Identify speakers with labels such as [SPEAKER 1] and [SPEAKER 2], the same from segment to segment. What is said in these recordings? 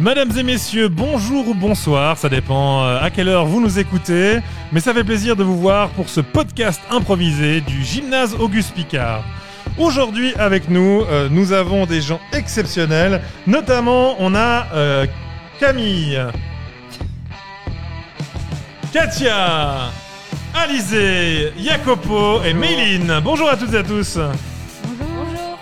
[SPEAKER 1] Mesdames et messieurs, bonjour ou bonsoir, ça dépend euh, à quelle heure vous nous écoutez, mais ça fait plaisir de vous voir pour ce podcast improvisé du gymnase Auguste Picard. Aujourd'hui avec nous, euh, nous avons des gens exceptionnels, notamment on a euh, Camille, Katia, Alizé, Jacopo et Méline. Bonjour à toutes et à tous.
[SPEAKER 2] Bonjour.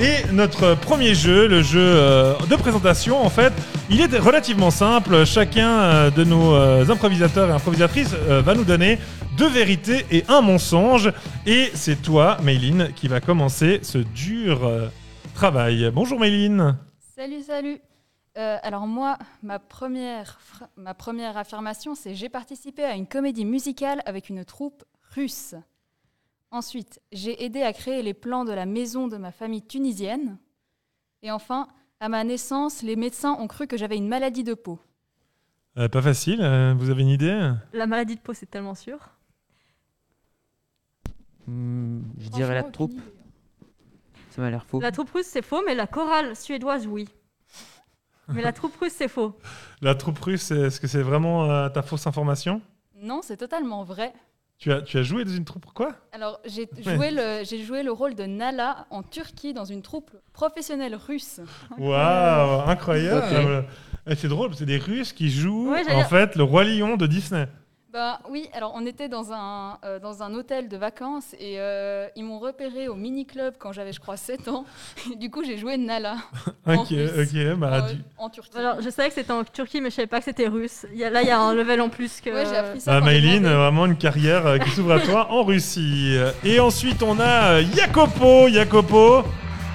[SPEAKER 1] Et notre premier jeu, le jeu euh, de présentation, en fait, il est relativement simple. Chacun euh, de nos euh, improvisateurs et improvisatrices euh, va nous donner deux vérités et un mensonge. Et c'est toi, Méline, qui va commencer ce dur euh, travail. Bonjour, Méline.
[SPEAKER 2] Salut, salut. Euh, alors moi, ma première, fra- ma première affirmation, c'est j'ai participé à une comédie musicale avec une troupe russe. Ensuite, j'ai aidé à créer les plans de la maison de ma famille tunisienne. Et enfin, à ma naissance, les médecins ont cru que j'avais une maladie de peau.
[SPEAKER 1] Euh, pas facile, euh, vous avez une idée
[SPEAKER 3] La maladie de peau, c'est tellement sûr.
[SPEAKER 4] Hmm, je dirais la troupe, ça m'a l'air faux.
[SPEAKER 3] La troupe russe, c'est faux, mais la chorale suédoise, oui. Mais la troupe russe, c'est faux.
[SPEAKER 1] La troupe russe, est-ce que c'est vraiment euh, ta fausse information
[SPEAKER 2] hein. Non, c'est totalement vrai.
[SPEAKER 1] tu as, tu as joué dans une troupe quoi
[SPEAKER 2] Alors j'ai joué, le, j'ai joué le rôle de Nala en Turquie dans une troupe professionnelle russe.
[SPEAKER 1] Waouh, incroyable Et C'est drôle, c'est des Russes qui jouent
[SPEAKER 3] Ouais, j'allais
[SPEAKER 1] en
[SPEAKER 3] dire-
[SPEAKER 1] fait le roi lion de Disney.
[SPEAKER 2] Bah oui, alors on était dans un, euh, dans un hôtel de vacances et euh, ils m'ont repéré au mini-club quand j'avais, je crois, 7 ans. Et du coup, j'ai joué Nala En
[SPEAKER 1] Ok,
[SPEAKER 2] plus.
[SPEAKER 1] ok, bah,
[SPEAKER 2] euh,
[SPEAKER 1] du-
[SPEAKER 2] en Turquie.
[SPEAKER 3] Alors, je savais que c'était en Turquie, mais je savais pas que c'était russe. Il y a- là, il y a un level en plus que.
[SPEAKER 2] Ouais, j'ai appris ça.
[SPEAKER 1] Ah,
[SPEAKER 2] quand j'ai
[SPEAKER 1] Maïline,
[SPEAKER 2] demandé.
[SPEAKER 1] vraiment une carrière euh, qui s'ouvre à toi en Russie. Et ensuite, on a euh, Jacopo. Jacopo,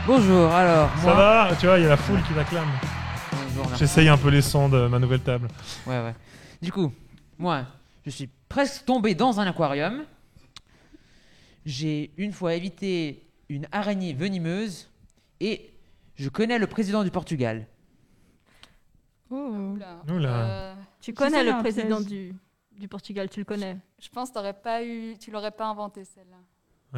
[SPEAKER 4] Bonjour, alors,
[SPEAKER 1] ça
[SPEAKER 4] moi...
[SPEAKER 1] va Tu vois, il y a la foule qui l'acclame.
[SPEAKER 4] Bonjour, merci.
[SPEAKER 1] J'essaye un peu les sons de ma nouvelle table.
[SPEAKER 4] Ouais, ouais. Du coup, moi, je suis presque tombé dans un aquarium. J'ai une fois évité une araignée venimeuse et je connais le président du Portugal.
[SPEAKER 5] Oh.
[SPEAKER 2] Oula.
[SPEAKER 1] Oula.
[SPEAKER 2] Euh,
[SPEAKER 3] Tu
[SPEAKER 5] Je sais,
[SPEAKER 3] connais
[SPEAKER 5] il y a
[SPEAKER 3] le
[SPEAKER 5] un
[SPEAKER 3] président
[SPEAKER 5] piège.
[SPEAKER 3] du, du Portugal, tu le connais.
[SPEAKER 2] je pense que pas eu, tu l'aurais pas inventé celle-là.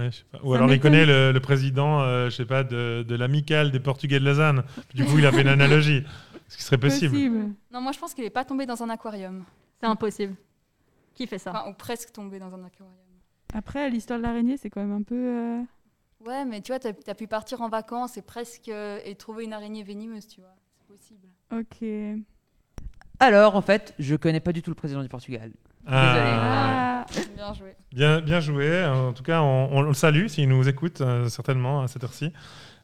[SPEAKER 1] Ouais, je sais pas. Ou
[SPEAKER 5] Ça
[SPEAKER 1] alors, il
[SPEAKER 5] m'étonne.
[SPEAKER 1] connaît le, le président, euh, je sais pas, de, de l'amicale des Portugais de Lausanne. Du coup, il a fait une analogie. Ce qui serait possible.
[SPEAKER 2] Non, moi je pense qu'il est pas tombé dans un aquarium.
[SPEAKER 3] C'est impossible. Qui fait ça
[SPEAKER 2] Enfin, ou presque tombé dans un aquarium.
[SPEAKER 5] Après, l'histoire de l'araignée, c'est quand même un peu. euh,
[SPEAKER 2] Ouais, mais tu vois, t'as, t'as pu partir en vacances et presque euh, et trouver une araignée venimeuse, tu vois. C'est possible.
[SPEAKER 5] Ok.
[SPEAKER 4] Alors, en fait, je connais pas du tout le président du Portugal.
[SPEAKER 1] Ah.
[SPEAKER 5] Ah,
[SPEAKER 2] Bien joué.
[SPEAKER 1] bien, bien joué. En tout cas, on, on le salue s'il nous écoute, euh, certainement, à cette heure-ci,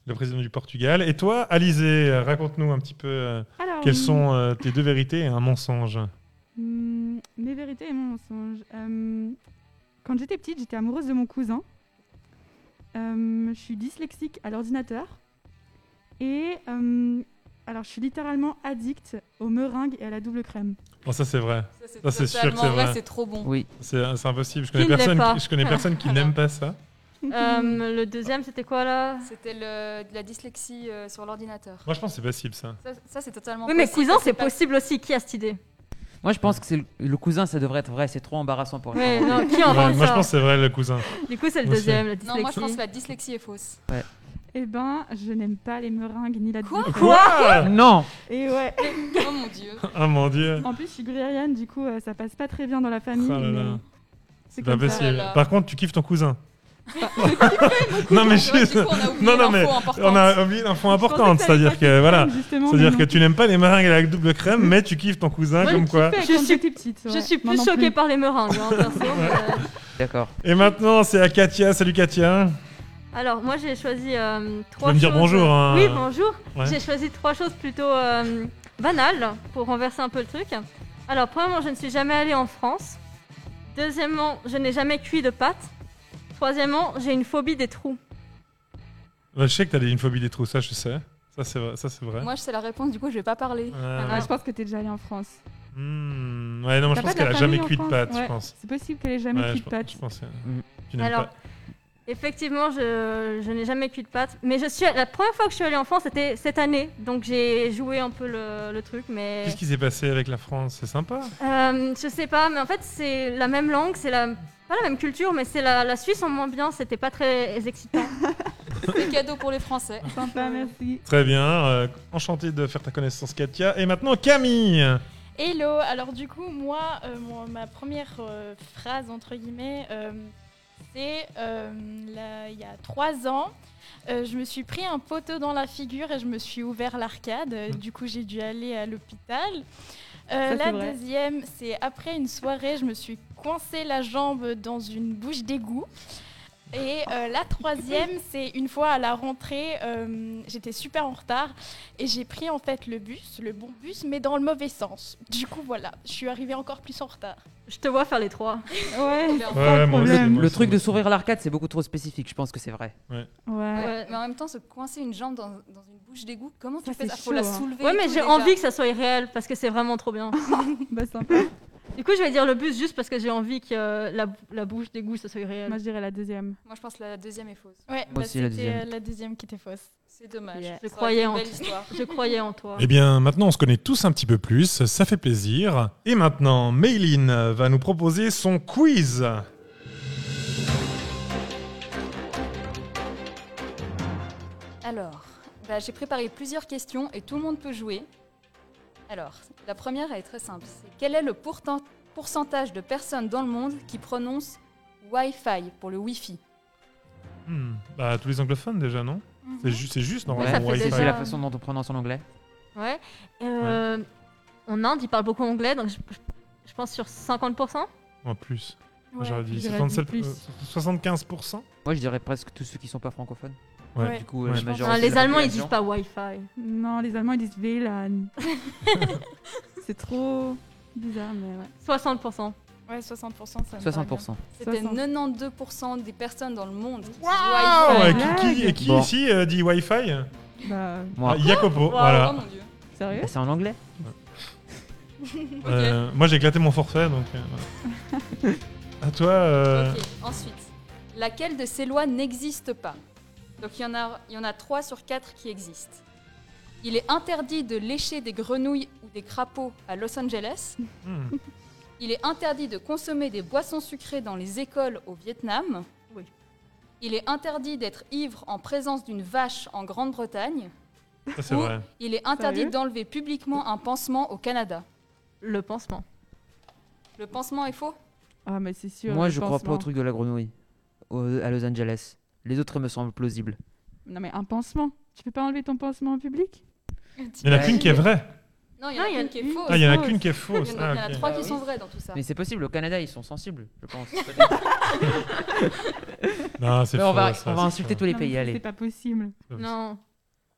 [SPEAKER 1] le président du Portugal. Et toi, Alizé, euh, raconte-nous un petit peu euh,
[SPEAKER 5] alors.
[SPEAKER 1] quelles sont euh, tes deux vérités et un mensonge.
[SPEAKER 5] hmm, mes vérités et mon mensonge. Euh, quand j'étais petite, j'étais amoureuse de mon cousin. Euh, je suis dyslexique à l'ordinateur. Et. euh, alors, je suis littéralement addict aux meringues et à la double crème.
[SPEAKER 1] Bon, Oh, ça c'est vrai.
[SPEAKER 2] Ça, c'est
[SPEAKER 1] Ça, c'est sûr que
[SPEAKER 2] totalement
[SPEAKER 1] c'est vrai.
[SPEAKER 2] c'est trop bon.
[SPEAKER 4] Oui.
[SPEAKER 1] C'est euh, c'est impossible. Je connais,
[SPEAKER 3] Qui ne l'est
[SPEAKER 1] personne,
[SPEAKER 3] pas.
[SPEAKER 1] qui- je connais personne qui n'aime pas ça.
[SPEAKER 3] Euh, Le deuxième, c'était quoi là
[SPEAKER 2] C'était le, de la dyslexie euh, sur l'ordinateur.
[SPEAKER 1] Moi, je pense que c'est possible ça.
[SPEAKER 2] Ça, ça, c'est totalement
[SPEAKER 3] Oui, mais
[SPEAKER 2] possible,
[SPEAKER 3] cousin,
[SPEAKER 2] ça,
[SPEAKER 3] c'est
[SPEAKER 2] pas-
[SPEAKER 3] possible aussi. Qui a cette idée
[SPEAKER 4] Moi, je pense que c'est le, le cousin, ça devrait être vrai, c'est trop embarrassant pour
[SPEAKER 3] Ouais,
[SPEAKER 4] lui.
[SPEAKER 3] non, qui
[SPEAKER 1] Ouais,
[SPEAKER 3] invente
[SPEAKER 1] moi, je
[SPEAKER 3] ça
[SPEAKER 1] pense que c'est vrai, le cousin.
[SPEAKER 3] Du coup, c'est le
[SPEAKER 1] Moi,
[SPEAKER 3] deuxième, la
[SPEAKER 2] Non, moi je pense
[SPEAKER 3] dyslexie.
[SPEAKER 2] que la dyslexie est fausse.
[SPEAKER 5] Eh ben, je n'aime pas les meringues ni la
[SPEAKER 2] Quoi
[SPEAKER 5] double crème.
[SPEAKER 1] Quoi
[SPEAKER 4] Ah, Non
[SPEAKER 5] Et ouais.
[SPEAKER 2] Oh mon dieu.
[SPEAKER 1] Ah mon dieu.
[SPEAKER 5] En plus, je suis gruyérienne, du coup, euh, ça passe pas très bien dans la famille.
[SPEAKER 1] Oh là là.
[SPEAKER 5] mais
[SPEAKER 1] C'est
[SPEAKER 5] C'est
[SPEAKER 1] pas
[SPEAKER 5] comme ça.
[SPEAKER 1] possible.
[SPEAKER 2] Oh là là.
[SPEAKER 1] Par contre, tu kiffes ton cousin. non, mais
[SPEAKER 2] C'est vrai que
[SPEAKER 1] juste.
[SPEAKER 2] du coup, on a oublié
[SPEAKER 1] Non, non, mais
[SPEAKER 2] l'info importante.
[SPEAKER 1] On a oublié l'info
[SPEAKER 5] pensais que
[SPEAKER 1] importante.
[SPEAKER 5] t'allais
[SPEAKER 1] C'est-à-dire
[SPEAKER 5] pas
[SPEAKER 1] que, voilà.
[SPEAKER 5] Justement, mais
[SPEAKER 1] C'est-à-dire
[SPEAKER 5] non.
[SPEAKER 1] que tu n'aimes pas les meringues avec la double crème, mais tu kiffes ton cousin,
[SPEAKER 5] Moi,
[SPEAKER 1] comme
[SPEAKER 5] je
[SPEAKER 1] quoi.
[SPEAKER 5] kiffais
[SPEAKER 3] Je
[SPEAKER 5] quand
[SPEAKER 3] suis-
[SPEAKER 5] j'étais petite,
[SPEAKER 3] Je
[SPEAKER 5] ouais.
[SPEAKER 3] suis
[SPEAKER 5] Moi
[SPEAKER 3] plus
[SPEAKER 5] non
[SPEAKER 3] choquée
[SPEAKER 5] plus.
[SPEAKER 3] par les meringues, hein, perso, mais-
[SPEAKER 4] D'accord.
[SPEAKER 1] Et maintenant, c'est à Katia. Salut Katia.
[SPEAKER 3] Alors, moi, j'ai choisi euh, trois
[SPEAKER 1] vas me dire
[SPEAKER 3] choses-
[SPEAKER 1] bonjour, hein.
[SPEAKER 3] Oui, bonjour.
[SPEAKER 1] Ouais.
[SPEAKER 3] J'ai choisi trois choses plutôt euh, banales pour renverser un peu le truc. Alors, premièrement, je ne suis jamais allée en France. Deuxièmement, je n'ai jamais cuit de pâtes. Troisièmement, j'ai une phobie des trous.
[SPEAKER 1] Euh, Je sais que t'as des- une phobie des trous, ça je sais. Ça c'est vrai. Ça, c'est vrai.
[SPEAKER 2] Moi, je sais la réponse, du coup, je vais pas parler.
[SPEAKER 5] Ah,
[SPEAKER 1] Ouais.
[SPEAKER 5] je pense que t'es déjà allée en France.
[SPEAKER 1] Hmm, ouais, non, moi, je pense
[SPEAKER 5] T'as pas de la
[SPEAKER 1] qu'elle a jamais
[SPEAKER 5] famille en
[SPEAKER 1] cuit de
[SPEAKER 5] France
[SPEAKER 1] pâtes, je
[SPEAKER 5] Ouais.
[SPEAKER 1] pense.
[SPEAKER 5] C'est possible qu'elle ait jamais
[SPEAKER 1] Ouais,
[SPEAKER 5] cuit
[SPEAKER 1] je
[SPEAKER 5] de
[SPEAKER 1] pense-
[SPEAKER 5] pâtes. eh.
[SPEAKER 1] Je pense. euh,
[SPEAKER 4] Mm.
[SPEAKER 1] Tu n'aimes
[SPEAKER 3] Alors,
[SPEAKER 1] pas.
[SPEAKER 3] effectivement, je, je n'ai jamais cuit de pâtes. Mais je suis, la première fois que je suis allée en France, c'était cette année. Donc, j'ai joué un peu le, le truc. Mais
[SPEAKER 1] Qu'est-ce qui s'est passé avec la France C'est sympa.
[SPEAKER 3] Euh, je sais pas, mais en fait, c'est la même langue, c'est la... pas la même culture, mais c'est la... la Suisse en moins bien, c'était pas très excitant.
[SPEAKER 2] C'est cadeau pour les Français.
[SPEAKER 5] Sympa, merci.
[SPEAKER 1] Très bien. euh, enchanté de faire ta connaissance, Katia. Et maintenant, Camille.
[SPEAKER 6] Hello, alors du coup, moi, euh, mon- ma première euh, phrase, entre guillemets, euh, c'est euh, là, il y a trois ans, euh, je me suis pris un poteau dans la figure et je me suis ouvert l'arcade. Euh,
[SPEAKER 4] Hum.
[SPEAKER 6] Du coup, j'ai dû aller à l'hôpital. Euh,
[SPEAKER 5] Ça, c'est
[SPEAKER 6] la
[SPEAKER 5] vrai.
[SPEAKER 6] deuxième, c'est après une soirée, je me suis coincé la jambe dans une bouche d'égout. Et euh, la troisième, c'est une fois à la rentrée, euh, j'étais super en retard et j'ai pris en fait le bus, le bon bus, mais dans le mauvais sens. Du coup, voilà, je suis arrivée encore plus en retard.
[SPEAKER 3] Je te vois faire les trois.
[SPEAKER 5] Ouais.
[SPEAKER 1] Ouais,
[SPEAKER 5] de
[SPEAKER 1] moi aussi,
[SPEAKER 5] problème.
[SPEAKER 1] moi
[SPEAKER 4] Le
[SPEAKER 1] aussi,
[SPEAKER 4] truc
[SPEAKER 1] moi
[SPEAKER 4] de
[SPEAKER 1] aussi.
[SPEAKER 4] s'ouvrir l'arcade, c'est beaucoup trop spécifique, je pense que c'est vrai.
[SPEAKER 2] Ouais,
[SPEAKER 5] Ouais.
[SPEAKER 2] Mais en même temps, se coincer une jambe dans, dans une bouche d'égout, comment
[SPEAKER 5] Ça,
[SPEAKER 2] tu fais
[SPEAKER 5] c'est
[SPEAKER 2] ça Faut la
[SPEAKER 5] chaud, hein.
[SPEAKER 2] soulever.
[SPEAKER 3] Ouais,
[SPEAKER 2] et
[SPEAKER 3] mais
[SPEAKER 2] tout,
[SPEAKER 3] j'ai
[SPEAKER 2] déjà.
[SPEAKER 3] envie que ça soit irréel parce que c'est vraiment trop bien.
[SPEAKER 5] Bah, sympa.
[SPEAKER 3] Du coup, je vais dire le bus juste parce que j'ai envie que euh, la, la bouche des goûts, ça soit irréel.
[SPEAKER 5] Moi, je dirais la deuxième.
[SPEAKER 2] Moi, je pense que la deuxième est fausse.
[SPEAKER 6] Ouais,
[SPEAKER 4] Moi aussi, la
[SPEAKER 6] c'était,
[SPEAKER 4] deuxième.
[SPEAKER 6] euh, la deuxième qui était fausse.
[SPEAKER 2] C'est dommage.
[SPEAKER 5] Yeah.
[SPEAKER 2] Ça
[SPEAKER 3] Je
[SPEAKER 2] aurait
[SPEAKER 3] croyais
[SPEAKER 2] été
[SPEAKER 3] en
[SPEAKER 2] une belle
[SPEAKER 3] toi.
[SPEAKER 2] histoire.
[SPEAKER 3] Je croyais en toi.
[SPEAKER 1] Eh bien, maintenant, on se connaît tous un petit peu plus. Ça fait plaisir. Et maintenant, Mayline va nous proposer son quiz.
[SPEAKER 2] Alors, bah, j'ai préparé plusieurs questions et tout le monde peut jouer. Alors, la première elle est très simple. C'est quel est le pourten- pourcentage de personnes dans le monde qui prononcent Wi-Fi pour le Wi-Fi
[SPEAKER 1] Hmm, Bah, tous les anglophones déjà, non C'est ju- c'est juste
[SPEAKER 3] Ouais, ça
[SPEAKER 1] normalement
[SPEAKER 3] fait
[SPEAKER 1] Wi-Fi.
[SPEAKER 4] c'est
[SPEAKER 3] déjà-
[SPEAKER 4] c'est la façon dont on prononce en anglais.
[SPEAKER 3] Ouais. Euh, En Inde, ils parlent beaucoup anglais, donc je, je pense sur 50%.
[SPEAKER 1] En plus,
[SPEAKER 6] Ouais.
[SPEAKER 1] j'aurais dit
[SPEAKER 5] j'aurais dit
[SPEAKER 1] 77,
[SPEAKER 5] plus.
[SPEAKER 1] euh, 75%.
[SPEAKER 4] Moi, je dirais presque tous ceux qui sont pas francophones.
[SPEAKER 1] Ouais.
[SPEAKER 6] Ouais.
[SPEAKER 4] Du coup, euh,
[SPEAKER 1] Ouais.
[SPEAKER 4] la majorité
[SPEAKER 3] Non,
[SPEAKER 4] de
[SPEAKER 3] les
[SPEAKER 4] la
[SPEAKER 3] Allemands, ils
[SPEAKER 4] population.
[SPEAKER 3] disent pas Wi-Fi.
[SPEAKER 5] Non, les Allemands, ils disent WLAN. c'est trop bizarre, mais ouais.
[SPEAKER 3] 60%.
[SPEAKER 6] Ouais, 60%, ça me
[SPEAKER 4] 60%.
[SPEAKER 2] C'était
[SPEAKER 5] 60.
[SPEAKER 2] 92% des personnes dans le monde qui disent
[SPEAKER 1] Ah
[SPEAKER 2] Wi-Fi.
[SPEAKER 1] ouais,
[SPEAKER 5] blague.
[SPEAKER 1] qui, qui- et qui
[SPEAKER 4] Bon.
[SPEAKER 1] ici euh, dit Wi-Fi
[SPEAKER 5] Bah,
[SPEAKER 4] Moi, bah,
[SPEAKER 1] Ah, Jacopo,
[SPEAKER 2] Waouh,
[SPEAKER 1] voilà.
[SPEAKER 2] oh mon Dieu.
[SPEAKER 5] ah, sérieux
[SPEAKER 4] c'est en anglais.
[SPEAKER 1] Euh, moi, j'ai éclaté mon forfait, donc. euh, voilà. à toi. euh,
[SPEAKER 2] Ok, ensuite. Laquelle de ces lois n'existe pas Donc il y, en a, il y en a 3 sur 4 qui existent. Il est interdit de lécher des grenouilles ou des crapauds à Los Angeles.
[SPEAKER 1] hmm.
[SPEAKER 2] Il est interdit de consommer des boissons sucrées dans les écoles au Vietnam.
[SPEAKER 3] Oui.
[SPEAKER 2] Il est interdit d'être ivre en présence d'une vache en Grande-Bretagne.
[SPEAKER 1] Ça, c'est
[SPEAKER 2] Ou-
[SPEAKER 1] vrai.
[SPEAKER 2] Il est interdit
[SPEAKER 5] Sérieux
[SPEAKER 2] d'enlever publiquement un pansement au Canada.
[SPEAKER 3] Le pansement.
[SPEAKER 2] Le pansement est faux
[SPEAKER 5] Ah, mais c'est sûr.
[SPEAKER 4] Moi,
[SPEAKER 5] le
[SPEAKER 4] je crois pas au
[SPEAKER 5] pansement.
[SPEAKER 4] truc de la grenouille au- à Los Angeles. Les autres me semblent plausibles.
[SPEAKER 5] Non, mais un pansement. Tu peux pas enlever ton pansement en public
[SPEAKER 1] Il n'y en a
[SPEAKER 4] Ouais.
[SPEAKER 1] qu'une qui est vraie.
[SPEAKER 2] Non, il y en a
[SPEAKER 3] Non, il y en
[SPEAKER 2] qu'une
[SPEAKER 3] a
[SPEAKER 2] qui est
[SPEAKER 5] une.
[SPEAKER 2] fausse.
[SPEAKER 1] Ah, il y en a
[SPEAKER 5] fausse.
[SPEAKER 1] qu'une qui est
[SPEAKER 2] Il
[SPEAKER 1] fausse.
[SPEAKER 2] y en a-
[SPEAKER 1] Ah,
[SPEAKER 2] il y en a
[SPEAKER 1] ok.
[SPEAKER 2] trois qui
[SPEAKER 4] oui.
[SPEAKER 2] sont vraies dans tout ça.
[SPEAKER 4] Mais c'est possible, au Canada, ils sont sensibles, je pense.
[SPEAKER 1] Non, c'est
[SPEAKER 4] Mais on
[SPEAKER 1] faux,
[SPEAKER 4] va,
[SPEAKER 1] ça,
[SPEAKER 4] on va
[SPEAKER 1] c'est
[SPEAKER 4] insulter
[SPEAKER 1] faux.
[SPEAKER 4] tous les
[SPEAKER 5] Non, mais
[SPEAKER 4] pays,
[SPEAKER 5] ça,
[SPEAKER 4] allez.
[SPEAKER 5] C'est pas possible.
[SPEAKER 3] Non.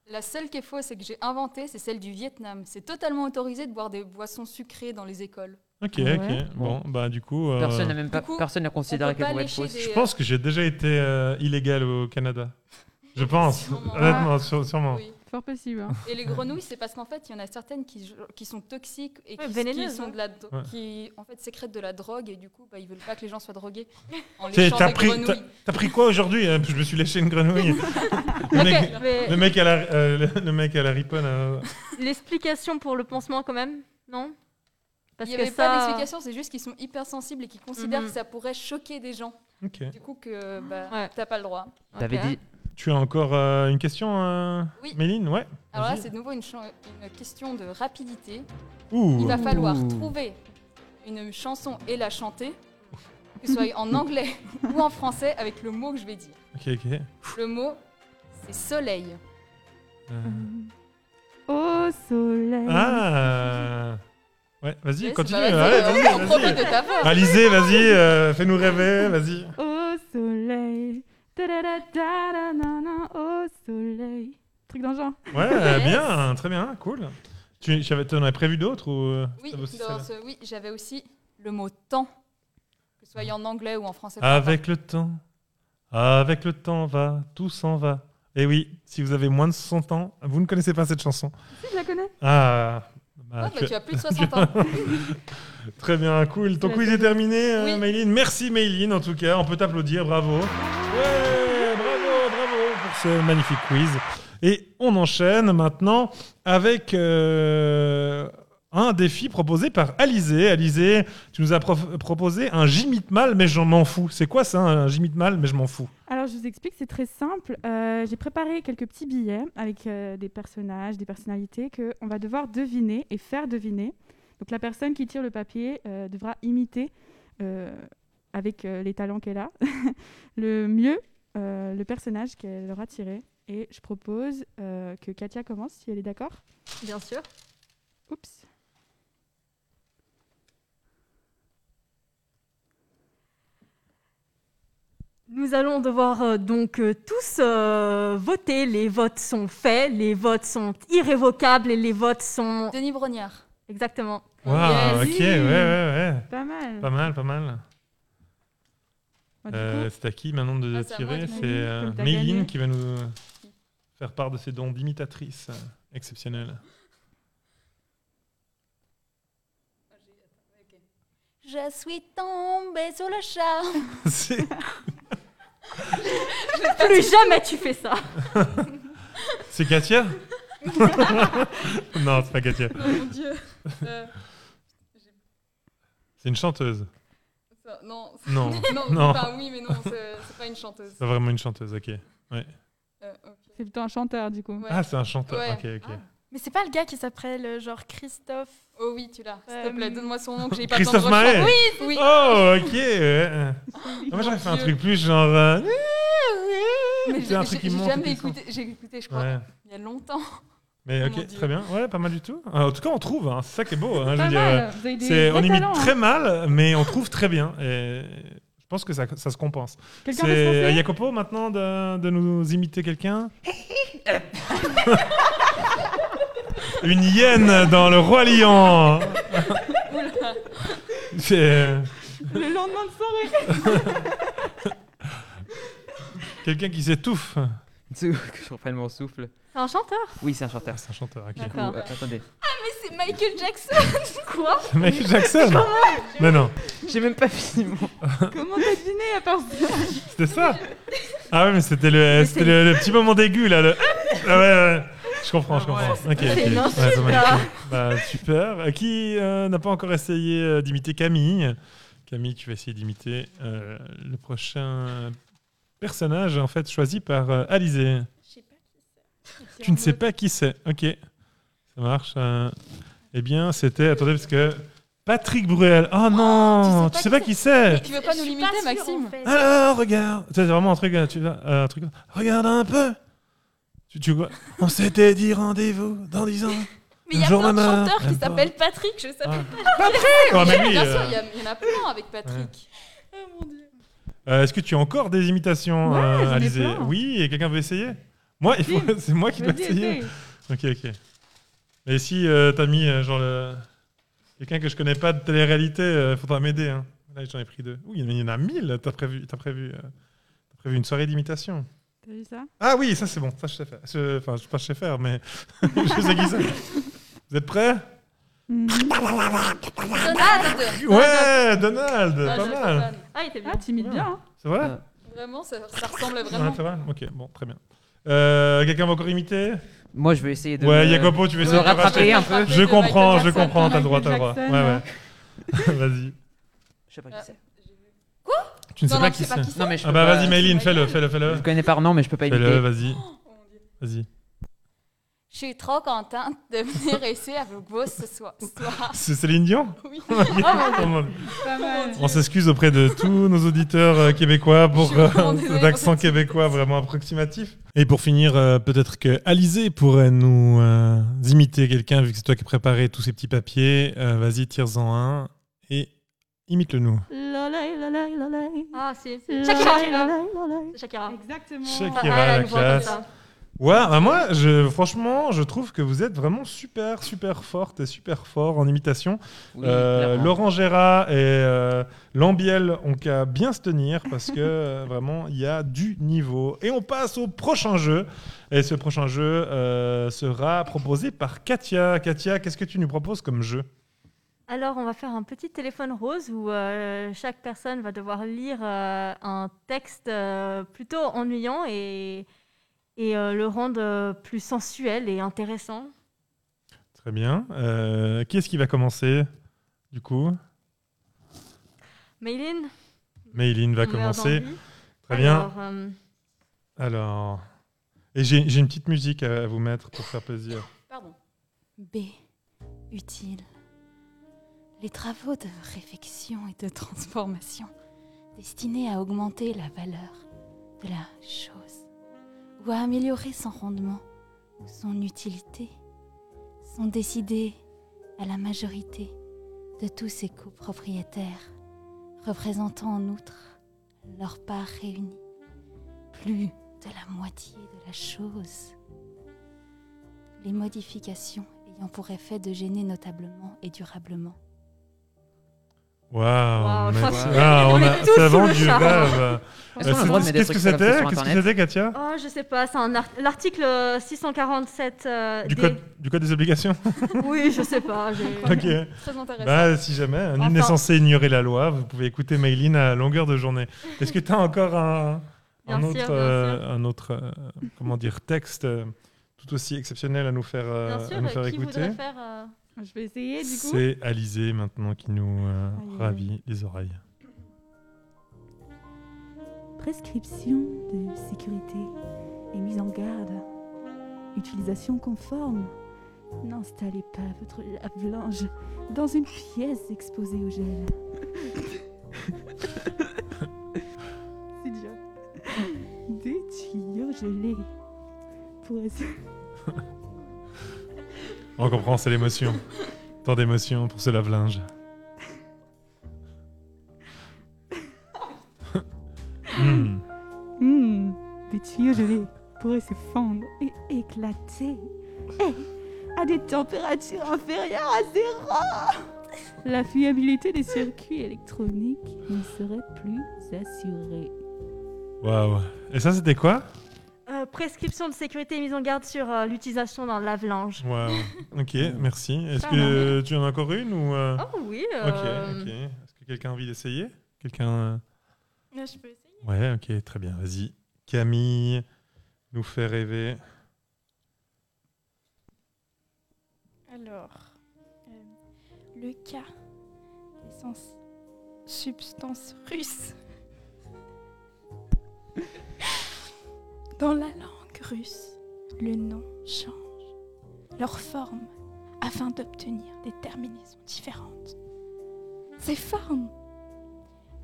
[SPEAKER 2] La seule qui est fausse et que j'ai inventée, c'est celle du Vietnam. C'est totalement autorisé de boire des boissons sucrées dans les écoles.
[SPEAKER 1] Ok,
[SPEAKER 5] Ouais.
[SPEAKER 1] ok. Bon, bah, du coup. euh,
[SPEAKER 4] Personne n'a même pas,
[SPEAKER 2] Du coup,
[SPEAKER 4] personne n'a
[SPEAKER 2] On
[SPEAKER 4] considéré
[SPEAKER 2] peut
[SPEAKER 4] qu'elle
[SPEAKER 2] pas
[SPEAKER 4] pouvait être
[SPEAKER 2] lécher
[SPEAKER 4] fausse.
[SPEAKER 2] des-
[SPEAKER 1] Je pense que j'ai déjà été euh, illégal au Canada. Je pense,
[SPEAKER 2] Sûrement.
[SPEAKER 1] honnêtement, sûre- sûrement.
[SPEAKER 2] Oui.
[SPEAKER 5] Fort possible. hein.
[SPEAKER 2] Et les grenouilles, c'est parce qu'en fait, il y en a certaines qui, qui sont toxiques et
[SPEAKER 3] Ouais,
[SPEAKER 2] qui, qui,
[SPEAKER 3] vénéneuses,
[SPEAKER 2] sont
[SPEAKER 3] hein.
[SPEAKER 2] de la, dro-
[SPEAKER 1] Ouais.
[SPEAKER 2] qui en fait, sécrètent de la drogue et du coup, bah, ils veulent pas que les gens soient drogués en
[SPEAKER 1] Tu sais,
[SPEAKER 2] léchant
[SPEAKER 1] T'as
[SPEAKER 2] des
[SPEAKER 1] pris, t'as-
[SPEAKER 2] grenouilles.
[SPEAKER 1] t'as pris quoi aujourd'hui Euh, Je me suis léché une grenouille. le,
[SPEAKER 3] Ok,
[SPEAKER 1] mec,
[SPEAKER 3] mais
[SPEAKER 1] le mec à la, euh, le- le mec à la riponne. euh,
[SPEAKER 3] l'explication pour le pansement, quand même, non
[SPEAKER 2] Il
[SPEAKER 3] Parce
[SPEAKER 2] n'y
[SPEAKER 3] que
[SPEAKER 2] avait pas
[SPEAKER 3] ça-
[SPEAKER 2] d'explication, c'est juste qu'ils sont hypersensibles et qu'ils considèrent
[SPEAKER 3] Mhm.
[SPEAKER 2] que ça pourrait choquer des gens.
[SPEAKER 1] Ok.
[SPEAKER 2] Du coup, que bah,
[SPEAKER 3] Ouais.
[SPEAKER 2] t'as pas le droit.
[SPEAKER 4] T'avais
[SPEAKER 3] Ok.
[SPEAKER 4] dit,
[SPEAKER 1] Tu as encore euh, une question, euh,
[SPEAKER 2] Oui.
[SPEAKER 1] Méline Ouais.
[SPEAKER 2] Alors là,
[SPEAKER 1] Vas-y.
[SPEAKER 2] c'est de nouveau une, chan- une question de rapidité.
[SPEAKER 1] Ouh.
[SPEAKER 2] Il va falloir
[SPEAKER 4] Ouh.
[SPEAKER 2] trouver une chanson et la chanter, que ce soit en anglais ou en français, avec le mot que je vais dire.
[SPEAKER 1] Ok, ok.
[SPEAKER 2] Le mot, c'est soleil.
[SPEAKER 1] Euh,
[SPEAKER 5] Au soleil.
[SPEAKER 1] Ah. Ouais, vas-y,
[SPEAKER 2] Ouais,
[SPEAKER 1] continue.
[SPEAKER 7] bah,
[SPEAKER 2] c'est pas mal,
[SPEAKER 1] allez,
[SPEAKER 2] ça.
[SPEAKER 1] vas-y,
[SPEAKER 2] On
[SPEAKER 1] vas-y.
[SPEAKER 2] profite de ta voix.
[SPEAKER 1] Alizé, vas-y, euh, fais-nous rêver, vas-y.
[SPEAKER 5] Au soleil. Ta-da-da-da-da-na-na, Au soleil. Truc dans le genre.
[SPEAKER 1] Ouais, bien, très bien, cool. Tu tu avais- t'en avais prévu d'autres ou euh,
[SPEAKER 2] Oui,
[SPEAKER 1] c'était aussi
[SPEAKER 2] dans
[SPEAKER 1] celle-là
[SPEAKER 2] ce- oui, j'avais aussi le mot temps, que ce soit en anglais ou en français. peu
[SPEAKER 1] Avec le temps, avec le temps va, tout s'en va. Et oui, si vous avez moins de 100 ans, vous ne connaissez pas cette chanson.
[SPEAKER 5] Si, je la connais.
[SPEAKER 1] Ah,
[SPEAKER 2] importe.
[SPEAKER 1] bah,
[SPEAKER 2] Ah, bah,
[SPEAKER 1] tu-
[SPEAKER 2] tu as plus de 60 ans.
[SPEAKER 1] très bien, cool. Ton
[SPEAKER 5] Tu
[SPEAKER 1] quiz
[SPEAKER 5] l'as
[SPEAKER 1] est terminé, euh,
[SPEAKER 2] Oui.
[SPEAKER 1] Mayline. Merci, Mayline, en tout cas. On peut t'applaudir, bravo. Ouais, bravo, bravo pour ce magnifique quiz. Et on enchaîne maintenant avec... euh, un défi proposé par Alizé. Alizé, tu nous as prof- proposé un gimite mal, mais je m'en fous. C'est quoi ça, un gimite mal, mais je m'en fous
[SPEAKER 5] Alors, je vous explique, c'est très simple. Euh, J'ai préparé quelques petits billets avec euh, des personnages, des personnalités que on va devoir deviner et faire deviner. Donc, la personne qui tire le papier euh, devra imiter, euh, avec euh, les talents qu'elle a, le mieux euh, le personnage qu'elle aura tiré. Et je propose euh, que Katia commence, si elle est d'accord.
[SPEAKER 3] Bien sûr.
[SPEAKER 5] Oups.
[SPEAKER 3] Nous allons devoir euh, donc euh, tous euh, voter. Les votes sont faits, les votes sont irrévocables et les votes sont...
[SPEAKER 2] Denis Brognard.
[SPEAKER 3] Exactement.
[SPEAKER 1] Waouh,
[SPEAKER 5] Yes.
[SPEAKER 1] ok, ouais, ouais,
[SPEAKER 5] Pas mal.
[SPEAKER 1] ouais. Pas mal, pas mal.
[SPEAKER 5] Bon, Ah, du
[SPEAKER 1] Euh,
[SPEAKER 5] coup,
[SPEAKER 1] c'est à qui maintenant de
[SPEAKER 2] Ah, c'est à moi
[SPEAKER 1] tirer
[SPEAKER 2] de
[SPEAKER 1] C'est
[SPEAKER 5] gagner,
[SPEAKER 1] euh,
[SPEAKER 5] comme t'as
[SPEAKER 1] Méline
[SPEAKER 5] gagné.
[SPEAKER 1] qui va nous faire part de ses dons d'imitatrice euh, exceptionnelle.
[SPEAKER 2] Je suis tombée sur le chat.
[SPEAKER 1] C'est-
[SPEAKER 3] Plus jamais tu fais ça.
[SPEAKER 1] C'est Katia Non, c'est pas Katia.
[SPEAKER 7] mon dieu. Euh,
[SPEAKER 1] C'est une chanteuse.
[SPEAKER 7] ça- non,
[SPEAKER 1] Non,
[SPEAKER 7] non,
[SPEAKER 1] Non.
[SPEAKER 7] enfin oui, mais non, c'est c'est pas une chanteuse.
[SPEAKER 1] c'est vraiment une chanteuse, ok.
[SPEAKER 7] Euh, ok.
[SPEAKER 5] c'est plutôt un chanteur, du coup.
[SPEAKER 7] Ouais.
[SPEAKER 1] Ah, c'est un chanteur,
[SPEAKER 7] Ouais.
[SPEAKER 1] ok, ok.
[SPEAKER 6] Mais c'est pas le gars qui s'appelle euh, genre Christophe.
[SPEAKER 7] Oh oui, tu l'as. S'il te
[SPEAKER 6] Euh,
[SPEAKER 7] plaît, donne-moi son nom que j'ai pas le temps de
[SPEAKER 1] Christophe
[SPEAKER 7] rechercher.
[SPEAKER 1] Maé
[SPEAKER 7] Oui, oui.
[SPEAKER 1] Oh, ok ouais. Ah, Moi, j'aurais fait un
[SPEAKER 7] Dieu.
[SPEAKER 1] truc plus genre... euh,
[SPEAKER 7] Mais
[SPEAKER 1] C'est
[SPEAKER 7] j'ai
[SPEAKER 1] un truc
[SPEAKER 7] j'ai-
[SPEAKER 1] qui
[SPEAKER 7] j'ai
[SPEAKER 1] monte et
[SPEAKER 7] jamais
[SPEAKER 1] qui descend.
[SPEAKER 7] écouté, j'ai écouté, je crois,
[SPEAKER 1] Ouais.
[SPEAKER 7] il y a longtemps.
[SPEAKER 1] Mais
[SPEAKER 7] Oh
[SPEAKER 1] ok,
[SPEAKER 7] mon Dieu.
[SPEAKER 1] très bien. Ouais, pas mal du tout. Euh, En tout cas, on trouve, hein, c'est ça qui est beau. hein, je veux
[SPEAKER 5] Pas
[SPEAKER 1] dire, euh,
[SPEAKER 5] mal. Vous avez des
[SPEAKER 1] C'est, on
[SPEAKER 5] vrais
[SPEAKER 1] imite
[SPEAKER 5] talents, hein.
[SPEAKER 1] très mal, mais on trouve très bien. Et je pense que ça, ça se compense.
[SPEAKER 5] Quelqu'un veut se
[SPEAKER 1] C'est à
[SPEAKER 5] lancer
[SPEAKER 1] Jacopo maintenant de, de nous imiter quelqu'un Une hyène dans le roi lion C'est euh,
[SPEAKER 5] Le lendemain de soirée.
[SPEAKER 1] quelqu'un qui s'étouffe.
[SPEAKER 4] que je reprenne mon souffle.
[SPEAKER 3] C'est un chanteur.
[SPEAKER 4] Oui, c'est un chanteur.
[SPEAKER 1] Ah, c'est un chanteur. ok.
[SPEAKER 4] Du coup,
[SPEAKER 3] D'accord.
[SPEAKER 4] euh, attendez.
[SPEAKER 7] Mais c'est Michael Jackson
[SPEAKER 3] Quoi
[SPEAKER 1] C'est Michael Jackson Mais non,
[SPEAKER 4] J'ai même pas fini mon.
[SPEAKER 5] Comment t'as deviné à part ça
[SPEAKER 1] c'était ça Ah ouais, mais c'était le, c'était le, le petit moment d'aigu là. le- Ah ouais, Ah ouais. Je comprends, je comprends. Ok, ok.
[SPEAKER 3] une
[SPEAKER 1] Ouais,
[SPEAKER 3] insulte,
[SPEAKER 1] ça m'a
[SPEAKER 3] là.
[SPEAKER 1] étonné. Bah, super. Euh, Qui euh, n'a pas encore essayé euh, d'imiter Camille Camille, tu vas essayer d'imiter euh, le prochain personnage en fait choisi par euh, Alizé.
[SPEAKER 6] Je sais pas qui c'est.
[SPEAKER 1] Tu ne sais pas qui c'est. Ok, ça marche. euh. eh bien, c'était. Attendez, parce que Patrick Bruel. Oh non,
[SPEAKER 6] tu
[SPEAKER 1] tu sais pas qui c'est.
[SPEAKER 7] Tu veux pas nous limiter, Maxime
[SPEAKER 1] Alors, regarde. Ça, C'est vraiment un truc. euh, Tu vois, euh, un truc. Regarde un peu. Tu, tu vois. On s'était dit rendez-vous dans 10 ans.
[SPEAKER 7] Mais il y a
[SPEAKER 1] Jour
[SPEAKER 7] plein de
[SPEAKER 1] même, euh,
[SPEAKER 7] chanteurs qui
[SPEAKER 1] même Ah, pas.
[SPEAKER 7] s'appellent Patrick, je sais.
[SPEAKER 1] Ah. Patrick Ouais, mais lui,
[SPEAKER 7] Bien
[SPEAKER 1] euh,
[SPEAKER 7] sûr, il y a- il y en a plein avec Patrick.
[SPEAKER 1] euh, Est-ce que tu as encore des imitations,
[SPEAKER 5] Ouais,
[SPEAKER 1] euh,
[SPEAKER 5] j'en ai
[SPEAKER 1] Alizé
[SPEAKER 5] plein.
[SPEAKER 1] Oui, et quelqu'un veut essayer Moi, il faut- c'est moi qui dois
[SPEAKER 5] Vas-y,
[SPEAKER 1] essayer.
[SPEAKER 5] essaye.
[SPEAKER 1] Ok, ok. Mais si euh, t'as mis euh, genre le... quelqu'un que je connais pas de télé-réalité, euh, faudra m'aider. Hein. Là, j'en ai pris deux. Ouh, il y en a- il y en a mille. T'as prévu, t'as prévu, euh, t'as prévu une soirée d'imitation.
[SPEAKER 5] T'as vu ça
[SPEAKER 1] Ah oui, ça c'est bon, ça je sais faire. Je- Enfin, je sais pas je sais faire, mais je sais qui c'est. Vous êtes prêts
[SPEAKER 5] Mhm.
[SPEAKER 7] Donald
[SPEAKER 1] Ouais, Donald,
[SPEAKER 7] Ah,
[SPEAKER 1] pas
[SPEAKER 7] je-
[SPEAKER 1] mal.
[SPEAKER 3] Ah, il était bien.
[SPEAKER 5] Ah, tu imites
[SPEAKER 1] Ouais.
[SPEAKER 5] bien. hein.
[SPEAKER 1] C'est vrai
[SPEAKER 4] Ah,
[SPEAKER 7] Vraiment, ça, ça ressemble
[SPEAKER 1] Ouais,
[SPEAKER 7] vraiment.
[SPEAKER 1] pas mal. Ok, bon, très bien. Euh, Quelqu'un va encore imiter
[SPEAKER 4] Moi, je vais essayer de.
[SPEAKER 1] Ouais,
[SPEAKER 4] me-
[SPEAKER 1] Jacopo, tu veux
[SPEAKER 4] de
[SPEAKER 1] essayer
[SPEAKER 4] me
[SPEAKER 1] de te racheter
[SPEAKER 4] rattraper un peu.
[SPEAKER 1] Je
[SPEAKER 7] de
[SPEAKER 1] comprends,
[SPEAKER 7] Michael
[SPEAKER 1] je
[SPEAKER 7] Jackson,
[SPEAKER 1] comprends, t'as le
[SPEAKER 5] Michael
[SPEAKER 1] droit, t'as le droit. Ouais,
[SPEAKER 5] Jackson,
[SPEAKER 1] ouais. Vas-y.
[SPEAKER 4] Je sais pas qui c'est.
[SPEAKER 1] Tu ne sais
[SPEAKER 7] Non,
[SPEAKER 1] pas
[SPEAKER 7] non,
[SPEAKER 1] qui
[SPEAKER 7] je sais
[SPEAKER 1] c'est
[SPEAKER 7] pas qui
[SPEAKER 4] Non, mais je
[SPEAKER 1] Ah
[SPEAKER 4] peux
[SPEAKER 1] bah
[SPEAKER 4] pas-
[SPEAKER 1] vas-y, Mayline, fais-le, fais-le,
[SPEAKER 4] Je
[SPEAKER 1] fais-le.
[SPEAKER 4] le connais par nom, mais je peux pas
[SPEAKER 1] Fais-le,
[SPEAKER 4] imiter.
[SPEAKER 1] vas-y.
[SPEAKER 7] Oh,
[SPEAKER 1] Vas-y.
[SPEAKER 2] Je suis trop contente de venir ici avec vous ce soir.
[SPEAKER 1] C'est Céline Dion
[SPEAKER 7] Oui.
[SPEAKER 5] Ah, Pas mal.
[SPEAKER 1] On s'excuse auprès de tous nos auditeurs euh, québécois pour
[SPEAKER 7] Je suis vraiment
[SPEAKER 1] euh,
[SPEAKER 7] désolée
[SPEAKER 1] cet
[SPEAKER 7] pour
[SPEAKER 1] accent
[SPEAKER 7] cette
[SPEAKER 1] québécois vraiment approximatif. Et pour finir, euh, peut-être que Alizé pourrait nous euh, imiter quelqu'un, vu que c'est toi qui as préparé tous ces petits papiers. Euh, Vas-y, tire-en un et imite-le nous.
[SPEAKER 5] Lolaï, lolaï, lolaï.
[SPEAKER 3] Ah, si.
[SPEAKER 5] Lolaï,
[SPEAKER 3] Shakira.
[SPEAKER 5] lolaï, lolaï.
[SPEAKER 3] Shakira.
[SPEAKER 5] Exactement.
[SPEAKER 1] Shakira.
[SPEAKER 3] Ah, elle a
[SPEAKER 1] la
[SPEAKER 3] une voix comme
[SPEAKER 1] classe.
[SPEAKER 3] ça.
[SPEAKER 1] Ouais, bah moi, je, franchement, je trouve que vous êtes vraiment super, super forte et super fort en imitation.
[SPEAKER 4] Oui,
[SPEAKER 1] Euh,
[SPEAKER 4] clairement.
[SPEAKER 1] Laurent Gérard et euh, Lambiel ont qu'à bien se tenir parce que euh, vraiment il y a du niveau. Et on passe au prochain jeu. Et ce prochain jeu euh, sera proposé par Katia. Katia, qu'est-ce que tu nous proposes comme jeu
[SPEAKER 3] Alors, on va faire un petit téléphone rose où euh, chaque personne va devoir lire euh, un texte euh, plutôt ennuyant et, et euh, le rendre euh, plus sensuel et intéressant.
[SPEAKER 1] Très bien. Euh, qui est-ce qui va commencer Du coup,
[SPEAKER 3] Mayline
[SPEAKER 1] Mayline va
[SPEAKER 3] on meurt
[SPEAKER 1] commencer.
[SPEAKER 3] d'envie.
[SPEAKER 1] Très bien.
[SPEAKER 3] Alors, euh,
[SPEAKER 1] Alors. Et j'ai j'ai une petite musique à à vous mettre pour faire plaisir.
[SPEAKER 7] Pardon.
[SPEAKER 2] B. Utile. Les travaux de réfection et de transformation destinés à augmenter la valeur de la chose ou à améliorer son rendement ou son utilité sont décidés à la majorité de tous ses copropriétaires, représentant en outre leur part réunie, plus de la moitié de la chose les modifications ayant pour effet de gêner notablement et durablement.
[SPEAKER 1] Waouh
[SPEAKER 3] Waouh, je
[SPEAKER 1] mais-
[SPEAKER 3] pense
[SPEAKER 4] que-
[SPEAKER 1] Ah,
[SPEAKER 3] on
[SPEAKER 1] on
[SPEAKER 3] est
[SPEAKER 1] a-
[SPEAKER 3] tous
[SPEAKER 1] Ça
[SPEAKER 3] sous
[SPEAKER 1] vend
[SPEAKER 3] le
[SPEAKER 1] du
[SPEAKER 3] charme.
[SPEAKER 1] rêve. Euh,
[SPEAKER 4] Est-ce qu'on
[SPEAKER 5] euh,
[SPEAKER 4] a le droit de mettre des
[SPEAKER 1] Qu'est-ce
[SPEAKER 4] trucs
[SPEAKER 1] que
[SPEAKER 4] comme ça
[SPEAKER 1] c'était
[SPEAKER 4] sur
[SPEAKER 1] Qu'est-ce que
[SPEAKER 4] Internet
[SPEAKER 1] c'était, Katia
[SPEAKER 3] oh, je sais pas, c'est un art- l'article 647 euh,
[SPEAKER 1] du
[SPEAKER 3] des-
[SPEAKER 1] code, du code des obligations
[SPEAKER 3] Oui, je sais pas. j'ai-
[SPEAKER 1] Ok.
[SPEAKER 7] Très intéressant.
[SPEAKER 1] Bah, si jamais, nul
[SPEAKER 3] Enfin.
[SPEAKER 1] n'est censé ignorer la loi. Vous pouvez écouter Mayline à longueur de journée. Est-ce que tu as encore un,
[SPEAKER 3] Bien
[SPEAKER 1] un
[SPEAKER 3] sûr,
[SPEAKER 1] autre,
[SPEAKER 3] bien
[SPEAKER 1] euh, un autre euh, comment dire, texte euh, tout aussi exceptionnel à nous faire, euh,
[SPEAKER 3] Bien sûr,
[SPEAKER 1] à nous faire
[SPEAKER 3] euh, qui
[SPEAKER 1] écouter
[SPEAKER 3] voudrait faire euh,
[SPEAKER 5] Je vais essayer du coup.
[SPEAKER 1] C'est Alizé maintenant qui nous euh,
[SPEAKER 5] Aïe, aïe, aïe.
[SPEAKER 1] ravit les oreilles.
[SPEAKER 8] Prescription de sécurité et mise en garde. Utilisation conforme. N'installez pas votre lave-linge dans une pièce exposée au gel.
[SPEAKER 5] C'est dur.
[SPEAKER 8] Des tuyaux gelés. Pour assurer
[SPEAKER 1] On comprend, c'est l'émotion. Tant d'émotions pour ce lave-linge. Hmm.
[SPEAKER 5] Hmm.
[SPEAKER 8] des tuyaux gelés pourraient se fendre et éclater. Et à des températures inférieures à zéro La fiabilité des circuits électroniques ne serait plus assurée.
[SPEAKER 1] Waouh. Et ça, c'était quoi
[SPEAKER 3] euh, prescription de sécurité et mise en garde sur euh, l'utilisation d'un lave-linge.
[SPEAKER 1] Waouh. Ok, merci. Est-ce
[SPEAKER 3] Ça,
[SPEAKER 1] que euh, tu en as encore une ou euh,
[SPEAKER 3] Oh oui.
[SPEAKER 1] Ok,
[SPEAKER 3] euh,
[SPEAKER 1] ok. Est-ce que quelqu'un a envie d'essayer Quelqu'un euh,
[SPEAKER 6] Euh, Je peux essayer.
[SPEAKER 1] Ouais, ok, très bien. Vas-y. Camille nous fait rêver.
[SPEAKER 6] Alors, euh, le cas des sens- substances russes dans la langue russe, le nom change leur forme afin d'obtenir des terminaisons différentes. Ces formes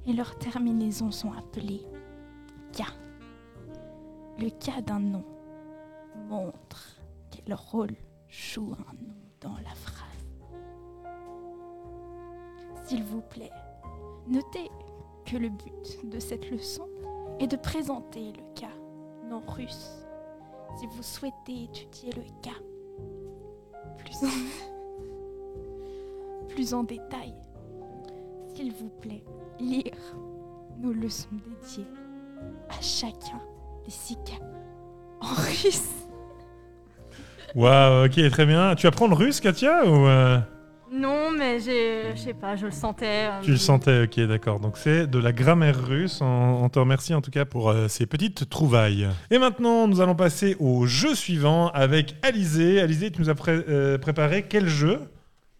[SPEAKER 6] et leurs terminaisons sont appelées cas. Le cas d'un nom montre quel rôle joue un nom dans la phrase. S'il vous plaît, notez que le but de cette leçon est de présenter le cas non russe. Si vous souhaitez étudier le cas plus en, plus en détail, s'il vous plaît, lire nos leçons dédiées à chacun des six cas en russe.
[SPEAKER 1] Waouh, ok, très bien. Tu apprends le russe, Katia ou euh,
[SPEAKER 3] Non, mais j'ai, je sais pas, je le sentais. euh,
[SPEAKER 1] Tu le sentais, ok, d'accord. Donc c'est de la grammaire russe. On, on te remercie en tout cas pour euh, ces petites trouvailles. Et maintenant, nous allons passer au jeu suivant avec Alizé. Alizé, tu nous as pré- euh, préparé quel jeu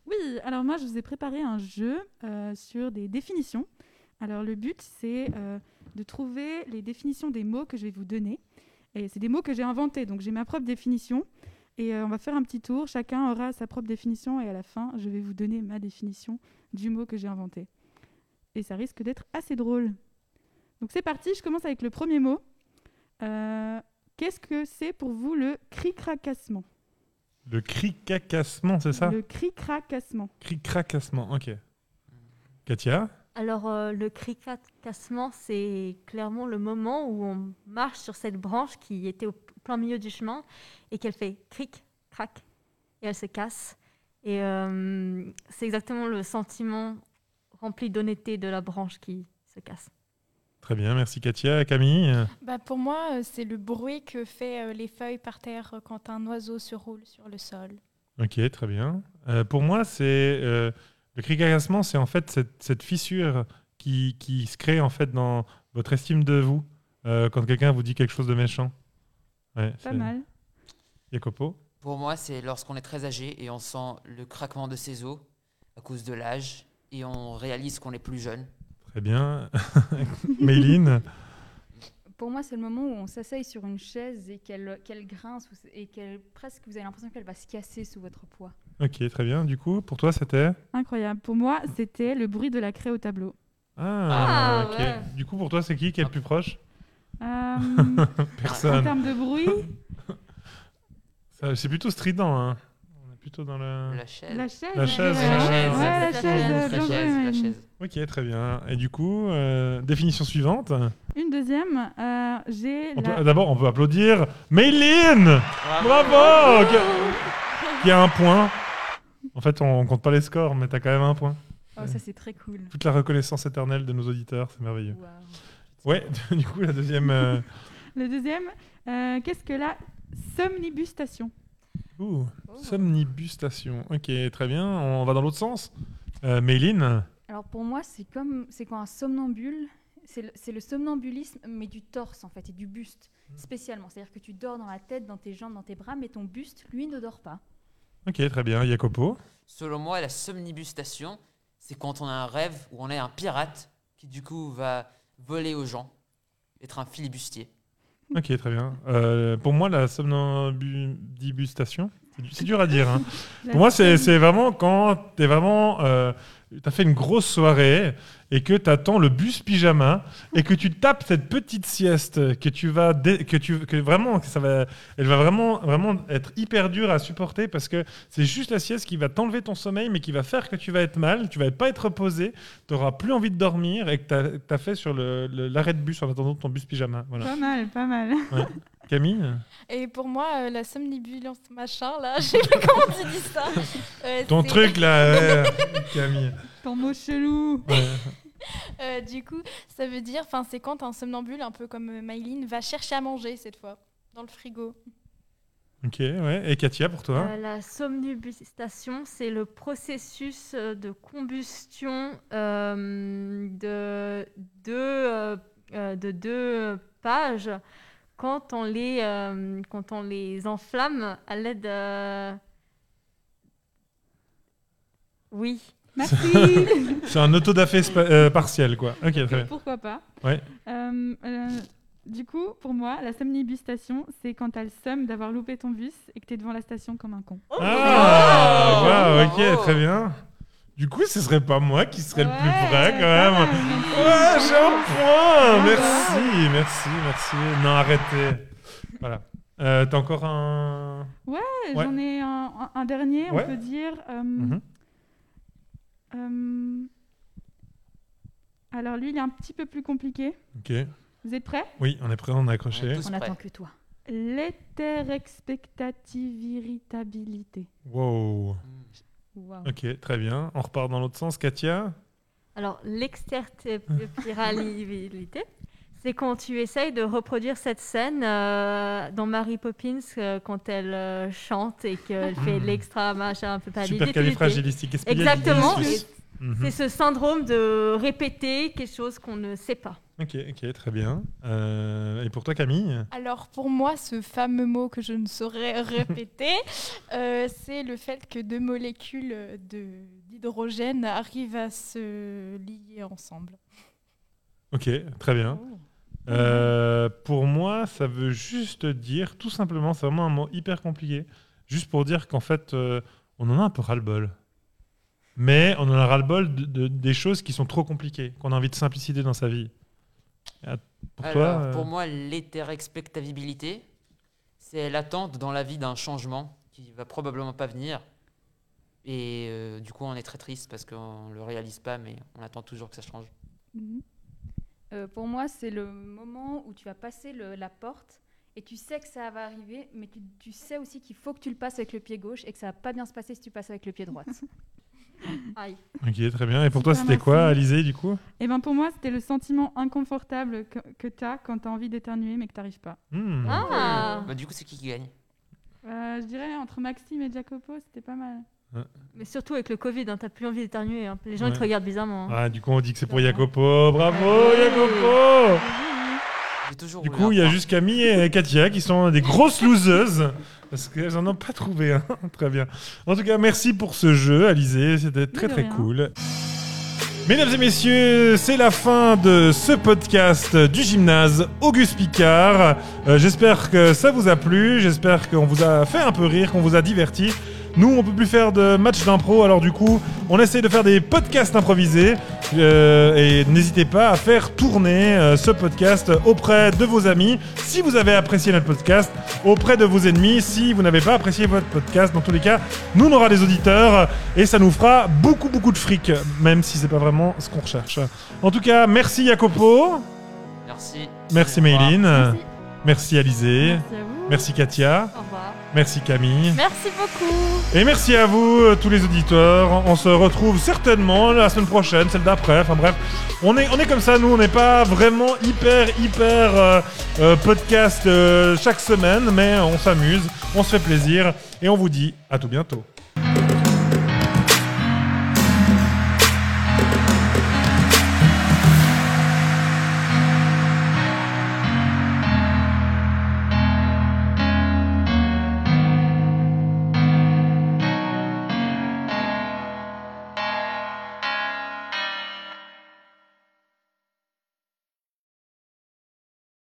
[SPEAKER 5] Oui, alors moi je vous ai préparé un jeu euh, sur des définitions. Alors le but c'est euh, de trouver les définitions des mots que je vais vous donner. Et c'est des mots que j'ai inventés, donc j'ai ma propre définition. Et euh, on va faire un petit tour, chacun aura sa propre définition et à la fin je vais vous donner ma définition du mot que j'ai inventé. Et ça risque d'être assez drôle. Donc c'est parti, je commence avec le premier mot. Euh, Qu'est-ce que c'est pour vous le cri-cracassement
[SPEAKER 1] Le cri-cacassement, c'est ça
[SPEAKER 5] Le cri-cracassement.
[SPEAKER 1] Cri-cracassement, ok. Katia
[SPEAKER 3] Alors, euh, le cricat cassement, c'est clairement le moment où on marche sur cette branche qui était au plein milieu du chemin et qu'elle fait cric, crac, et elle se casse. Et euh, c'est exactement le sentiment rempli d'honnêteté de la branche qui se casse.
[SPEAKER 1] Très bien, merci Katia. Camille
[SPEAKER 6] Bah, pour moi, euh, c'est le bruit que fait euh, les feuilles par terre euh, quand un oiseau se roule sur le sol.
[SPEAKER 1] Ok, très bien. Euh, pour moi, c'est euh, le cri cagassement, c'est en fait cette, cette fissure qui, qui se crée en fait dans votre estime de vous euh, quand quelqu'un vous dit quelque chose de méchant. Ouais,
[SPEAKER 5] Pas
[SPEAKER 1] c'est-
[SPEAKER 5] mal.
[SPEAKER 1] Jacopo
[SPEAKER 4] Pour moi, c'est lorsqu'on est très âgé et on sent le craquement de ses os à cause de l'âge et on réalise qu'on est plus jeune.
[SPEAKER 1] Très bien. Méline
[SPEAKER 2] Pour moi, c'est le moment où on s'asseye sur une chaise et qu'elle qu'elle grince ou- et qu'elle presque vous avez l'impression qu'elle va se casser sous votre poids.
[SPEAKER 1] Ok, très bien. Du coup, pour toi, c'était
[SPEAKER 5] Incroyable. Pour moi, c'était le bruit de la craie au tableau.
[SPEAKER 1] Ah,
[SPEAKER 3] Ah,
[SPEAKER 1] ok.
[SPEAKER 3] ouais.
[SPEAKER 1] Du coup, pour toi, c'est qui qui est le plus proche
[SPEAKER 5] Euh, en
[SPEAKER 1] Personne.
[SPEAKER 5] termes de bruit,
[SPEAKER 1] Ça, C'est plutôt strident. Hein. On est plutôt dans le.
[SPEAKER 4] La chaise.
[SPEAKER 5] la chaise.
[SPEAKER 1] La chaise,
[SPEAKER 5] Ouais,
[SPEAKER 1] ouais.
[SPEAKER 5] ouais, la
[SPEAKER 3] La
[SPEAKER 5] chaise. euh, bien joué,
[SPEAKER 4] la
[SPEAKER 5] Mélanie.
[SPEAKER 4] chaise.
[SPEAKER 1] Ok, très bien. Et du coup, euh, définition suivante.
[SPEAKER 5] Une deuxième, euh, j'ai
[SPEAKER 1] On peut-
[SPEAKER 5] la...
[SPEAKER 1] D'abord, on peut applaudir Méline Bravo Qui- Qui a un point. En fait, on compte pas les scores, mais t'as quand même un point.
[SPEAKER 2] Oh, ça c'est très cool.
[SPEAKER 1] Toute la reconnaissance éternelle de nos auditeurs, c'est merveilleux.
[SPEAKER 2] Waouh.
[SPEAKER 1] Ouais, du coup, la deuxième. euh,
[SPEAKER 5] Le deuxième, euh, qu'est-ce que la somnibustation
[SPEAKER 1] Ouh, somnibustation. Ok, très bien. On va dans l'autre sens. Euh, Méline
[SPEAKER 2] Alors pour moi, c'est comme c'est quand un somnambule, c'est le, c'est le somnambulisme mais du torse en fait et du buste spécialement. C'est-à-dire que tu dors dans la tête, dans tes jambes, dans tes bras, mais ton buste, lui, ne dort pas.
[SPEAKER 1] Ok, très bien. Jacopo
[SPEAKER 4] Selon moi, la somnibustation, c'est quand on a un rêve où on est un pirate qui du coup va voler aux gens, être un filibustier.
[SPEAKER 1] Ok, très bien. Euh, pour moi, la somnambustation, c'est du- c'est dur à dire. hein. Pour moi, c'est c'est vraiment quand t'es vraiment. euh, T'as fait une grosse soirée et que t'attends le bus pyjama et que tu tapes cette petite sieste que tu vas dé- que tu que vraiment que ça va elle va vraiment vraiment être hyper dure à supporter parce que c'est juste la sieste qui va t'enlever ton sommeil mais qui va faire que tu vas être mal tu vas pas être reposé t'auras plus envie de dormir et que t'as- t'as fait sur le- le- l'arrêt de bus en attendant ton bus pyjama voilà
[SPEAKER 5] Pas mal, pas mal.
[SPEAKER 1] Camille
[SPEAKER 6] Et pour moi, euh, la somnibulance machin, là, je sais pas comment tu dis ça. Euh,
[SPEAKER 1] ton
[SPEAKER 6] c'est-
[SPEAKER 1] truc là ouais, Camille
[SPEAKER 5] Ton mot chelou
[SPEAKER 1] Ouais.
[SPEAKER 6] euh, du coup, ça veut dire, enfin, c'est quand un somnambule, un peu comme euh, Mylène, va chercher à manger cette fois, dans le frigo.
[SPEAKER 1] ok ouais et Katia pour toi
[SPEAKER 3] Euh, la somnibustation, c'est le processus euh, de combustion euh, de deux, euh, euh, de deux pages quand on les, euh, quand on les enflamme à l'aide. euh, Oui.
[SPEAKER 5] Merci
[SPEAKER 1] C'est un auto da fé spa- euh, partiel, quoi. Ok, très bien.
[SPEAKER 5] Pourquoi pas
[SPEAKER 1] Ouais.
[SPEAKER 5] Euh, euh, du coup, pour moi, la somnibustation, c'est quand t'as le somme d'avoir loupé ton bus et que t'es devant la station comme un con.
[SPEAKER 1] Ah,
[SPEAKER 4] Bravo.
[SPEAKER 1] wow, ok, très bien. Du coup, ce serait pas moi qui serait le plus
[SPEAKER 5] Ouais,
[SPEAKER 1] vrai, quand
[SPEAKER 5] pas
[SPEAKER 1] même.
[SPEAKER 5] mal.
[SPEAKER 1] Ouais, j'ai un point Merci, merci, merci. Non, arrêtez. Voilà. Euh, T'as encore un...
[SPEAKER 5] Ouais, J'en ai un, un- un dernier,
[SPEAKER 1] Ouais.
[SPEAKER 5] on peut dire. euh,
[SPEAKER 1] Mhm.
[SPEAKER 5] euh, alors lui, il est un petit peu plus compliqué.
[SPEAKER 1] Ok.
[SPEAKER 5] Vous êtes prêts
[SPEAKER 1] Oui, on est prêt, on a
[SPEAKER 4] On est
[SPEAKER 1] accroché.
[SPEAKER 4] tous
[SPEAKER 2] On
[SPEAKER 4] prêts.
[SPEAKER 2] attend que toi.
[SPEAKER 5] L'hétérexpectative irritabilité.
[SPEAKER 1] Wow.
[SPEAKER 2] Waouh.
[SPEAKER 1] Ok, très bien. On repart dans l'autre sens. Katia
[SPEAKER 3] Alors, l'exterpiralité, c'est quand tu essayes de reproduire cette scène euh, dans Mary Poppins euh, quand elle euh, chante et qu'elle fait l'extra machin un peu
[SPEAKER 1] Mm. Super Mm-hmm.
[SPEAKER 3] palidité.
[SPEAKER 1] califragilistique.
[SPEAKER 3] Exactement. et
[SPEAKER 1] Mhm.
[SPEAKER 3] C'est ce syndrome de répéter quelque chose qu'on ne sait pas.
[SPEAKER 1] Ok, ok, très bien. Euh, et pour toi, Camille
[SPEAKER 6] Alors pour moi, ce fameux mot que je ne saurais répéter, euh, c'est le fait que deux molécules euh, de- d'hydrogène arrivent à se lier ensemble.
[SPEAKER 1] Ok, très bien. Euh, pour moi, ça veut juste dire, tout simplement, c'est vraiment un mot hyper compliqué, juste pour dire qu'en fait, euh, on en a un peu ras-le-bol. Mais on en a ras-le-bol de- de- des choses qui sont trop compliquées, qu'on a envie de simplicité dans sa vie. Et à- Pour
[SPEAKER 4] Alors,
[SPEAKER 1] toi, euh,
[SPEAKER 4] pour moi, l'hétérexpectabilité, c'est l'attente dans la vie d'un changement qui va probablement pas venir. Et euh, du coup, on est très triste parce qu'on le réalise pas, mais on attend toujours que ça change.
[SPEAKER 5] Mhm.
[SPEAKER 2] Euh, pour moi, c'est le moment où tu vas passer le- la porte et tu sais que ça va arriver, mais tu, tu sais aussi qu'il faut que tu le passes avec le pied gauche et que ça va pas bien se passer si tu passes avec le pied droit.
[SPEAKER 1] Mm.
[SPEAKER 3] Aïe.
[SPEAKER 1] ok, très bien. Et pour toi,
[SPEAKER 5] Super,
[SPEAKER 1] c'était quoi,
[SPEAKER 5] merci.
[SPEAKER 1] Alizé, du coup
[SPEAKER 5] Et ben pour moi, c'était le sentiment inconfortable que, que t'as quand t'as envie d'éternuer mais que t'arrives pas.
[SPEAKER 1] Hmm.
[SPEAKER 3] Ah
[SPEAKER 4] Bah, du coup, c'est qui qui gagne
[SPEAKER 5] Euh, je dirais entre Maxime et Jacopo, c'était pas mal.
[SPEAKER 3] Mais surtout avec le Covid, hein, t'as plus envie d'éternuer. hein. Les gens ils te
[SPEAKER 1] Ouais.
[SPEAKER 3] regardent bizarrement. hein.
[SPEAKER 1] Ah, du coup, on dit que c'est pour Jacopo. Bravo, Jacopo
[SPEAKER 4] J'ai toujours
[SPEAKER 1] Du
[SPEAKER 4] voulu
[SPEAKER 1] coup,
[SPEAKER 4] un
[SPEAKER 1] il y a
[SPEAKER 4] point.
[SPEAKER 1] juste Camille et Katia qui sont des grosses loseuses. Parce qu'elles n'en ont pas trouvé un. très bien. En tout cas, merci pour ce jeu, Alizé. C'était très
[SPEAKER 5] de
[SPEAKER 1] très
[SPEAKER 5] rien.
[SPEAKER 1] cool. Mesdames et messieurs, c'est la fin de ce podcast du gymnase Auguste Picard. Euh, j'espère que ça vous a plu. J'espère qu'on vous a fait un peu rire, qu'on vous a diverti. Nous, on peut plus faire de matchs d'impro, alors du coup, on essaie de faire des podcasts improvisés. Euh, et n'hésitez pas à faire tourner euh, ce podcast auprès de vos amis si vous avez apprécié notre podcast, auprès de vos ennemis si vous n'avez pas apprécié votre podcast. Dans tous les cas, nous on aura des auditeurs et ça nous fera beaucoup beaucoup de fric, même si c'est pas vraiment ce qu'on recherche. En tout cas, merci Jacopo,
[SPEAKER 4] Merci.
[SPEAKER 1] merci
[SPEAKER 4] Au revoir.
[SPEAKER 1] Mayline, merci, Alizé,
[SPEAKER 5] Merci à vous.
[SPEAKER 1] merci Katia,
[SPEAKER 3] Au revoir.
[SPEAKER 1] merci Camille.
[SPEAKER 3] Merci beaucoup.
[SPEAKER 1] Et merci à vous, euh, tous les auditeurs. On se retrouve certainement la semaine prochaine, celle d'après. Enfin bref, on est, on est comme ça, nous, on n'est pas vraiment hyper, hyper euh, euh, podcast euh, chaque semaine, mais on s'amuse, on se fait plaisir et on vous dit à tout bientôt.